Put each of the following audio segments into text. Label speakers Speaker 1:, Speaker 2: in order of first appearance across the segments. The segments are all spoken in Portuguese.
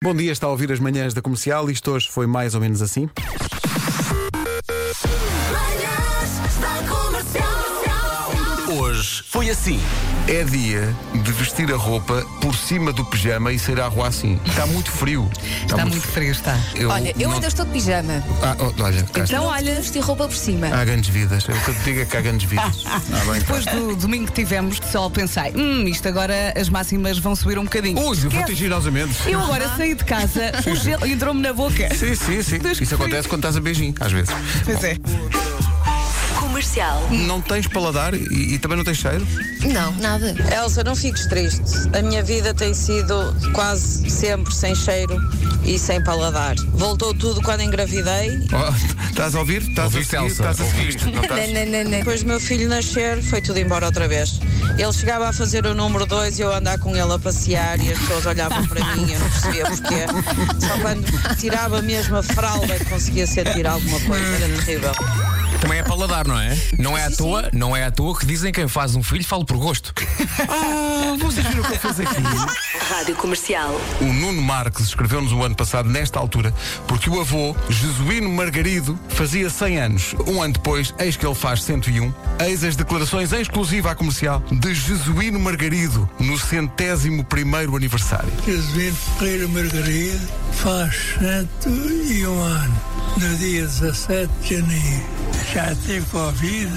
Speaker 1: Bom dia, está a ouvir as manhãs da comercial. Isto hoje foi mais ou menos assim.
Speaker 2: Manhãs da Comercial.
Speaker 3: Hoje foi assim.
Speaker 4: É dia de vestir a roupa por cima do pijama e sair à rua assim. Está muito frio. Está,
Speaker 5: Tá frio, está.
Speaker 4: Eu
Speaker 6: Olha, eu
Speaker 4: não-
Speaker 6: ainda estou de pijama.
Speaker 4: Ah, oh, olha, cá está.
Speaker 6: Então, olha, vesti roupa por cima.
Speaker 4: Há grandes vidas. É o que eu te digo é que há grandes vidas. Ah, bem,
Speaker 5: Depois do domingo que tivemos de sol, pensei, hum, isto agora as máximas vão subir um bocadinho.
Speaker 4: Ui,
Speaker 5: Esquece.
Speaker 4: vertiginosamente.
Speaker 5: Eu agora saí de casa, o gelo entrou-me na boca.
Speaker 4: Sim, sim, sim.
Speaker 5: Deus
Speaker 4: Isso
Speaker 5: que
Speaker 4: acontece quando estás a beijinho, às vezes.
Speaker 5: Pois é.
Speaker 2: Comercial.
Speaker 4: Não tens paladar e, e também não tens cheiro?
Speaker 6: Não, nada.
Speaker 7: Elsa, não fiques triste. A minha vida tem sido quase sempre sem cheiro e sem paladar. Voltou tudo quando engravidei.
Speaker 4: Oh, estás a ouvir? Estás
Speaker 3: Ouviste,
Speaker 4: a seguir?
Speaker 3: Elsa?
Speaker 4: Estás a seguir? Não
Speaker 6: Não,
Speaker 4: estás?
Speaker 6: não, não, não.
Speaker 7: Depois do meu filho nascer, foi tudo embora outra vez. Ele chegava a fazer o número 2 e eu a andar com ele a passear e as pessoas olhavam para mim, eu não percebia porquê. Só quando tirava mesmo a fralda é que conseguia sentir alguma coisa, era terrível.
Speaker 3: Também é paladar, não é? Não é à toa, não é à toa que dizem que quem faz um filho fala por gosto.
Speaker 2: Rádio Comercial.
Speaker 4: O Nuno Marques escreveu-nos o ano passado, nesta altura, porque o avô, Jesuíno Margarido, fazia 100 anos. Um ano depois, eis que ele faz 101, eis as declarações em exclusiva à comercial de Jesuíno Margarido no centésimo primeiro aniversário.
Speaker 8: Casimiro Ferreira Margarida faz 101 anos, no dia 17 de janeiro. Já tive Covid,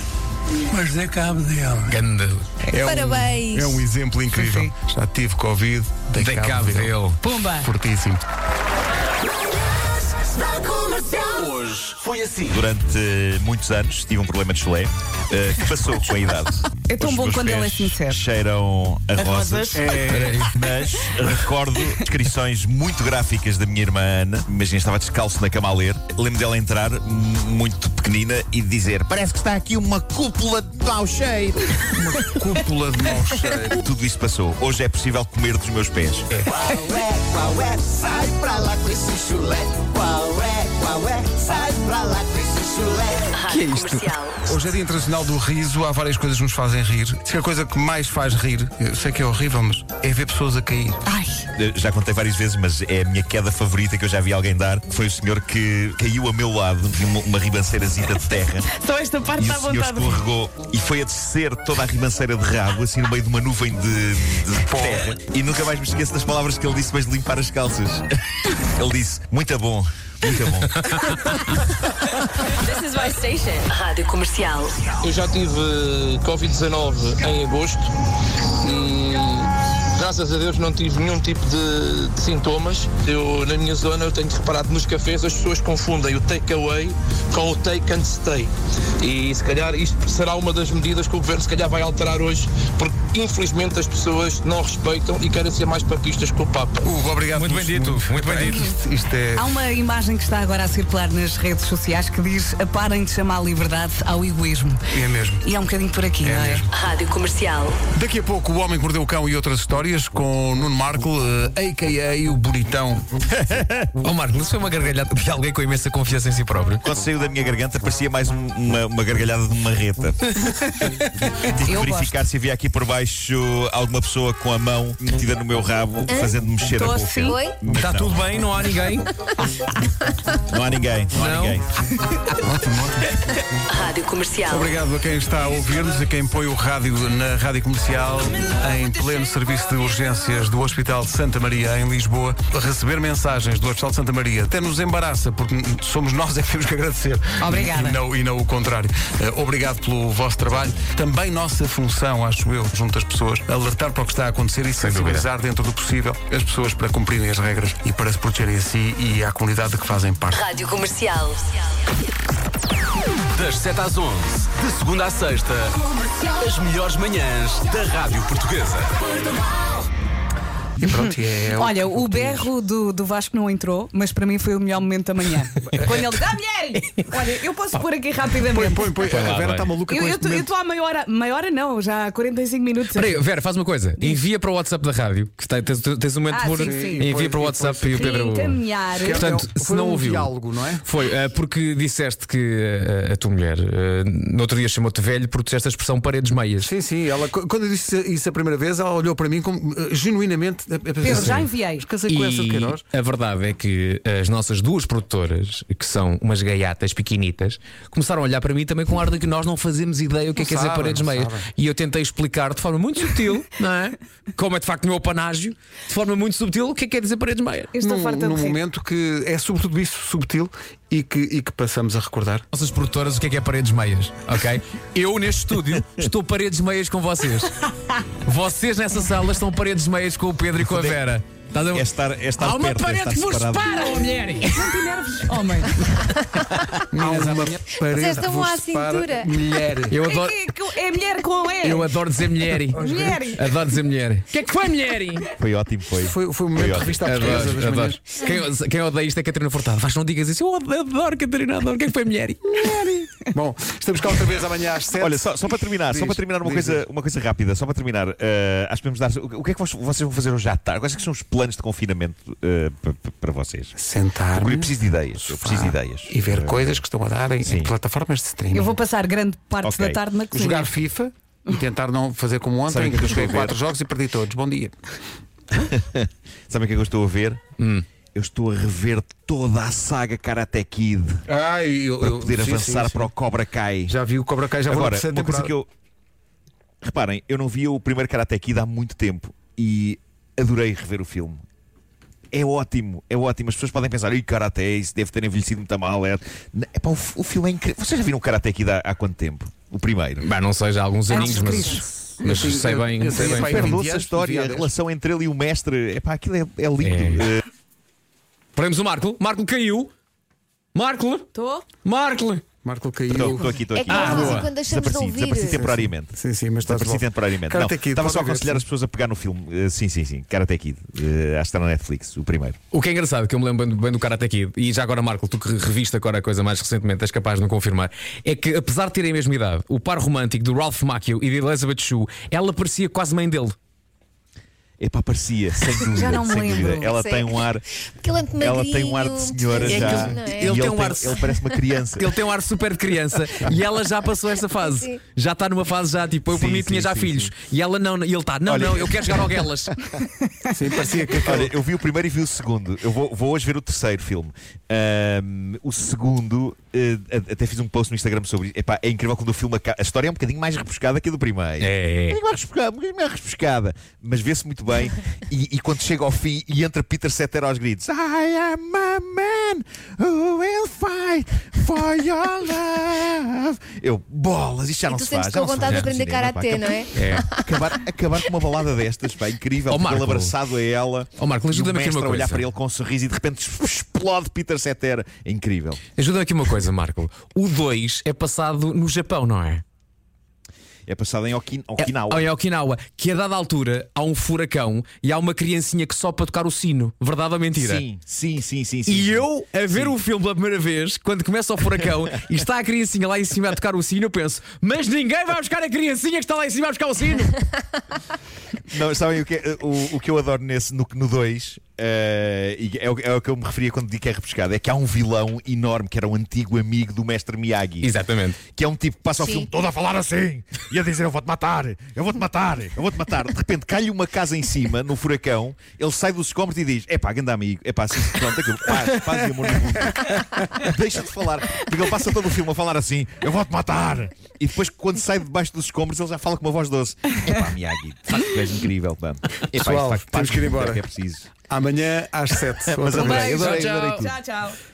Speaker 8: mas dei cabo dele.
Speaker 3: Ganda.
Speaker 4: É
Speaker 6: Parabéns.
Speaker 4: Um, é um exemplo incrível. Já tive Covid, dei,
Speaker 3: Da cabo dele.
Speaker 5: Pumba!
Speaker 4: Fortíssimo.
Speaker 2: Manhãs da Comercial.
Speaker 3: assim.
Speaker 9: Durante muitos anos tive um problema de chulé eh, que passou com a idade.
Speaker 5: É tão
Speaker 9: Os
Speaker 5: bom
Speaker 9: meus
Speaker 5: quando
Speaker 9: pés
Speaker 5: ele é sincero.
Speaker 9: Cheiram a, rosas. É. Mas recordo descrições muito gráficas da minha irmã Ana. Imagina, estava descalço na cama a ler. Lembro dela entrar, m- muito pequenina, e dizer: Parece que está aqui uma cúpula de mau cheiro.
Speaker 4: Cúpula de mau cheiro. É.
Speaker 9: Tudo isso passou. Hoje é possível comer dos meus pés.
Speaker 2: é?
Speaker 4: Que é isto? Hoje é Dia Internacional do Riso, há várias coisas que nos fazem rir. Se a coisa que mais faz rir, eu sei que é horrível, mas é ver pessoas a cair.
Speaker 9: Eu Eh, Já contei várias vezes, mas é a minha queda favorita que eu já vi alguém dar. Foi o senhor que caiu a meu lado de uma, uma ribanceirazita de terra.
Speaker 5: Só esta parte
Speaker 9: E
Speaker 5: está à
Speaker 9: o senhor
Speaker 5: vontade.
Speaker 9: escorregou e foi a descer toda a ribanceira de rabo, assim no meio de uma nuvem de, de terra. E nunca mais me esqueço das palavras que ele disse depois de limpar as calças. Ele disse: Muito bom, muito bom.
Speaker 2: This is my station. Rádio Comercial.
Speaker 10: Eu já tive Covid-19 em agosto e graças a Deus não tive nenhum tipo de, de sintomas. Eu, na minha zona, eu tenho reparado nos cafés, as pessoas confundem o takeaway com o take and stay. E se calhar isto será uma das medidas que o governo se calhar vai alterar hoje, porque infelizmente as pessoas não respeitam e querem ser mais papistas que o Papa.
Speaker 4: Hugo, obrigado.
Speaker 3: Muito
Speaker 4: pelos-
Speaker 3: bem dito, muito bem
Speaker 4: Bem,
Speaker 3: dito.
Speaker 4: Isto, isto é.
Speaker 5: Há uma imagem que está agora a circular nas redes sociais que diz parem de chamar a liberdade ao egoísmo.
Speaker 4: É mesmo.
Speaker 5: E é um bocadinho por aqui, não é?
Speaker 4: mesmo.
Speaker 2: Rádio Comercial.
Speaker 4: Daqui a pouco, O Homem que Mordeu o Cão e outras histórias com Nuno Marco, eh, a.k.a. o Bonitão.
Speaker 3: Ó Marco, isso foi uma gargalhada de alguém com imensa confiança em si próprio.
Speaker 9: Quando saiu da minha garganta, parecia mais um- uma, uma gargalhada de uma reta. Tive que
Speaker 5: Eu
Speaker 9: verificar se havia aqui por baixo alguma pessoa com a mão metida no meu rabo, fazendo mexer a
Speaker 5: Tô
Speaker 9: boca.
Speaker 5: assim.
Speaker 6: Oi?
Speaker 9: Mas
Speaker 3: Está
Speaker 9: não,
Speaker 3: tudo bem, não há ninguém.
Speaker 9: Não há ninguém, não, há
Speaker 3: Não.
Speaker 9: ninguém.
Speaker 4: Ótimo, ótimo.
Speaker 2: Rádio Comercial.
Speaker 4: Obrigado a quem está a ouvir-nos, a quem põe o rádio na rádio comercial em pleno serviço de urgências do Hospital de Santa Maria, em Lisboa. Receber mensagens do Hospital de Santa Maria até nos embaraça, porque somos nós é que temos que agradecer.
Speaker 5: Obrigada.
Speaker 4: E não, e não o contrário. Eh, Obrigado pelo vosso trabalho. Também nossa função, acho eu, junto às pessoas, alertar para o que está a acontecer e sensibilizar dentro do possível as pessoas para cumprirem as regras e para se protegerem a si e à comunidade de que fazem parte.
Speaker 2: Rádio Comercial.
Speaker 3: Das 7 às 11, de segunda à sexta, as melhores manhãs da Rádio Portuguesa.
Speaker 4: E pronto, e é
Speaker 5: Olha, o berro do, do Vasco não entrou, mas para mim foi o melhor momento da manhã. Quando ele diz, ah, mulher! Olha, eu posso pôr aqui
Speaker 4: Põe,
Speaker 5: rapidamente.
Speaker 4: põe, põe. A Vera está maluca
Speaker 5: Eu
Speaker 4: com este momento.
Speaker 5: estou à meia hora, meia hora não, já há 45 minutos.
Speaker 3: Espera aí, Vera, faz uma coisa. Envia para o WhatsApp da rádio, que tem- tens, tens um momento
Speaker 5: Ah,
Speaker 3: por.
Speaker 5: sim, sim.
Speaker 3: Envia para o WhatsApp e o Pedro.
Speaker 5: Encaminhar.
Speaker 3: Portanto,
Speaker 4: Foi
Speaker 3: se não
Speaker 4: um
Speaker 3: ouviu.
Speaker 4: diálogo, não é?
Speaker 3: Foi, eh, porque disseste que eh, a tua mulher, eh, no outro dia chamou-te velho, porque disseste a expressão paredes meias.
Speaker 4: Sim, sim, ela, qu- quando eu disse isso a primeira vez, ela olhou para mim como eh, genuinamente
Speaker 1: eu pensei
Speaker 5: Pedro,
Speaker 1: assim,
Speaker 5: já enviei.
Speaker 1: Os casacueças de Queiroz.
Speaker 11: a verdade é que as nossas duas produtoras, que são umas gaiatas pequenitas, começaram a olhar para mim também com ar de que nós não fazemos ideia o que é que é dizer
Speaker 1: sabem,
Speaker 11: paredes
Speaker 1: não
Speaker 11: meias.
Speaker 1: sabem.
Speaker 11: E eu tentei explicar de forma muito sutil, não é? Como é de facto o meu panágio, de forma muito sutil, o que é que é dizer paredes meias.
Speaker 5: Eu estou
Speaker 1: num,
Speaker 5: farta de
Speaker 1: num
Speaker 5: rir.
Speaker 1: momento que é sobretudo isso subtil e que, e que passamos a recordar.
Speaker 11: Nossas produtoras, o que é que é paredes meias, ok? Eu neste estúdio estou paredes meias com vocês. Vocês nessa sala estão paredes meias com o Pedro e com a Vera. Estás a-
Speaker 9: É estar, é estar
Speaker 11: Há uma
Speaker 9: perto, é
Speaker 11: parede
Speaker 9: estar
Speaker 11: que vos
Speaker 9: separado.
Speaker 11: separa, oh, mulher!
Speaker 5: Homem,
Speaker 1: Há uma parede
Speaker 6: esta
Speaker 1: que vos
Speaker 6: mão à
Speaker 1: separa.
Speaker 6: cintura.
Speaker 1: Mulher.
Speaker 11: Eu
Speaker 5: é,
Speaker 11: adoro,
Speaker 5: que- é mulher com E.
Speaker 11: eu adoro dizer mulher.
Speaker 5: Mulher.
Speaker 11: Adoro dizer mulher. O que é que foi, mulher?
Speaker 9: Foi ótimo, foi.
Speaker 1: Foi, foi o momento de revista à portuguesa das
Speaker 11: Adoro, adoro.
Speaker 1: manhãs.
Speaker 11: Quem, quem odeia isto é Catarina Furtado. Vais, não digas isso. Eu adoro, adoro, Catarina, adoro. O que é que foi, mulher?
Speaker 1: Bom, estamos cá outra vez amanhã às 7.
Speaker 9: Olha, só, só para terminar, só
Speaker 1: Diz,
Speaker 9: para terminar uma
Speaker 1: diz,
Speaker 9: coisa, uma coisa rápida, só para terminar, eh, acho que podemos dar. O, o que é que vos- vocês vão fazer hoje à tarde? Quais é que são os planos de confinamento eh, p- p- para vocês?
Speaker 1: sentar
Speaker 9: Porque eu preciso de ideias. Eu preciso de ideias.
Speaker 1: e ver
Speaker 9: Eh,
Speaker 1: coisas que estão a dar em, em
Speaker 9: Sim.
Speaker 1: plataformas de streaming.
Speaker 5: Eu vou passar grande parte
Speaker 9: Ok.
Speaker 5: da tarde na cozinha.
Speaker 1: jogar FIFA e tentar não fazer como
Speaker 9: Sabem
Speaker 1: ontem,
Speaker 9: que
Speaker 1: que eu
Speaker 9: eu
Speaker 1: joguei
Speaker 9: estou a ver?
Speaker 1: quatro jogos e perdi todos. Bom dia.
Speaker 9: Sabem o que é que eu estou a ver?
Speaker 1: Hum.
Speaker 9: Eu estou a rever toda a saga Karate Kid
Speaker 1: Ai, eu,
Speaker 9: para poder avançar para o Cobra Kai.
Speaker 1: Já vi o Cobra Kai, já vou
Speaker 9: Agora,
Speaker 1: na terceira
Speaker 9: uma coisa
Speaker 1: temporada.
Speaker 9: que eu. Reparem, eu não via o primeiro Karate Kid há muito tempo e adorei rever o filme. É ótimo, é ótimo. As pessoas podem pensar, Ih, Karate, isso deve ter envelhecido muito mal. É, N- epá, o, f- o filme é incrível. Vocês já viram o Karate Kid há, há quanto tempo? O primeiro.
Speaker 11: Bem, não sei, já há alguns aninhos,
Speaker 5: Antes de
Speaker 11: mas, mas
Speaker 1: Eu
Speaker 11: sei
Speaker 1: tenho-
Speaker 11: bem.
Speaker 1: eu
Speaker 11: sei
Speaker 1: tenho
Speaker 11: bem.
Speaker 1: pai-
Speaker 9: Perdoa-se
Speaker 1: 20
Speaker 9: É a
Speaker 1: anos,
Speaker 9: história, a
Speaker 1: 20.
Speaker 9: relação entre ele e o mestre. Epá, aquilo é, é lindo.
Speaker 11: É.
Speaker 9: Eh,
Speaker 11: Perdemos o Marco. Marco caiu. Marco.
Speaker 5: Estou?
Speaker 11: Marco.
Speaker 1: Marco
Speaker 9: Estou
Speaker 1: caiu.
Speaker 9: estou aqui, estou
Speaker 6: É
Speaker 9: aqui.
Speaker 6: que nós de vez em
Speaker 11: boa.
Speaker 6: quando deixamos de
Speaker 9: Desapareci,
Speaker 6: ouvir.
Speaker 9: desapareci temporariamente.
Speaker 1: Sim, sim, mas estás de
Speaker 9: Desapareci
Speaker 1: volta.
Speaker 9: temporariamente.
Speaker 1: Karate
Speaker 9: Não,
Speaker 1: Kid,
Speaker 9: Estava só a
Speaker 1: pode ver,
Speaker 9: aconselhar as pessoas a pegar no filme. Eh, sim, sim, sim. Karate Kid. Eh, acho que está na Netflix, o primeiro.
Speaker 11: O que é engraçado, que eu me lembro bem do- bem do Karate Kid, e já agora, Marco, tu que reviste agora a coisa mais recentemente, és capaz de me confirmar, é que apesar de terem a mesma idade, o par romântico do Ralph Macchio e de Elizabeth Shue, ela parecia quase mãe dele.
Speaker 9: Epá, parecia, sem dúvida.
Speaker 5: Já não me
Speaker 9: sem
Speaker 5: lembro.
Speaker 9: dúvida. Ela
Speaker 6: Sim.
Speaker 9: tem um ar.
Speaker 6: Porque ele é muito
Speaker 9: Ela
Speaker 6: magrinho,
Speaker 9: tem um ar de senhora
Speaker 6: pequenino,
Speaker 9: já.
Speaker 6: não
Speaker 9: E
Speaker 6: é?
Speaker 11: ele- tem um
Speaker 9: tem-
Speaker 11: ar-
Speaker 9: ele parece uma criança.
Speaker 11: Ele tem um ar super de criança e ela já passou essa fase.
Speaker 6: Sim.
Speaker 11: Já está numa fase já, tipo, eu por
Speaker 9: Sim,
Speaker 11: mim
Speaker 9: sim,
Speaker 11: tinha já
Speaker 9: sim,
Speaker 11: filhos. E ela não, e ele está, não,
Speaker 9: Olha-
Speaker 11: não, eu quero jogar ao Guelas.
Speaker 1: Sim, parecia que aquele.
Speaker 9: Olha, eu vi o primeiro e vi o segundo. Eu vou, vou hoje ver o terceiro filme. Ahm, o segundo, eh, a- até fiz um post no Instagram sobre isso. Epá, é incrível quando o filme acaba. A história é um bocadinho mais rebuscada que a do primeiro.
Speaker 11: É, é.
Speaker 9: Um bocadinho mais rebuscada, um bocadinho mais rebuscada. Mas vê-se muito bem. E, e quando chega ao fim e entra Peter Setter aos gritos: I am a man who will fight for your love. Eu, bolas, isto já
Speaker 6: E
Speaker 9: não
Speaker 6: tu
Speaker 9: se faz.
Speaker 6: sentes
Speaker 9: já
Speaker 6: com
Speaker 9: não se
Speaker 6: vontade de
Speaker 9: faz no
Speaker 6: aprender
Speaker 9: cinema, pá.
Speaker 6: karatê, não é?
Speaker 11: É.
Speaker 9: Acabar, acabar com uma balada destas, pá, incrível.
Speaker 11: Ó,
Speaker 9: porque
Speaker 11: Marco.
Speaker 9: ele abraçado a ela.
Speaker 11: Ó, Marco,
Speaker 9: e o
Speaker 11: ajuda-me aqui
Speaker 9: mestre
Speaker 11: uma
Speaker 9: a olhar
Speaker 11: coisa.
Speaker 9: para ele com um sorriso e de repente explode Peter Cetera. É incrível.
Speaker 11: Ajuda-me aqui uma coisa, Marco. O 2 é passado no Japão, não é?
Speaker 9: É passado em Okin-
Speaker 11: É-
Speaker 9: Okinawa.
Speaker 11: Ah, É, Okinawa, que a dada altura há um furacão e há uma criancinha que só para tocar o sino. Verdade ou mentira?
Speaker 9: Sim, sim, sim, sim. sim,
Speaker 11: E
Speaker 9: sim.
Speaker 11: eu, a ver o filme pela primeira vez, quando começa o furacão e está a criancinha lá em cima a tocar o sino, eu penso: mas ninguém vai buscar a criancinha que está lá em cima a buscar o sino.
Speaker 9: Não, sabem o que, é- o, o que eu adoro nesse, no 2? é, o, é o que eu me referia quando digo que é repescado. É que há um vilão enorme que era um antigo amigo do mestre Miyagi.
Speaker 11: Exatamente.
Speaker 9: Que é um tipo que passa o
Speaker 6: Sim.
Speaker 9: filme todo a falar assim e a dizer: Eu vou-te matar, eu vou-te matar, eu vou-te matar. De repente cai-lhe uma casa em cima, no furacão, ele sai dos escombros e diz: É pá, grande amigo, é pá, assim, pronto, aquilo, paz, paz e amor no mundo. Deixa de falar, porque ele passa todo o filme a falar assim: Eu vou-te matar. E depois, quando sai debaixo dos escombros, ele já fala com uma voz doce: É pá, Miyagi, de facto, tu és incrível, pá. É pá,
Speaker 1: Pessoal,
Speaker 9: de facto,
Speaker 1: temos que ir
Speaker 9: parte do
Speaker 1: embora.
Speaker 9: que É preciso.
Speaker 1: Amanhã às 7.
Speaker 9: Mas adorei,
Speaker 5: beijo,
Speaker 9: adorei,
Speaker 5: tchau,
Speaker 9: adorei tudo.
Speaker 5: tchau. tchau.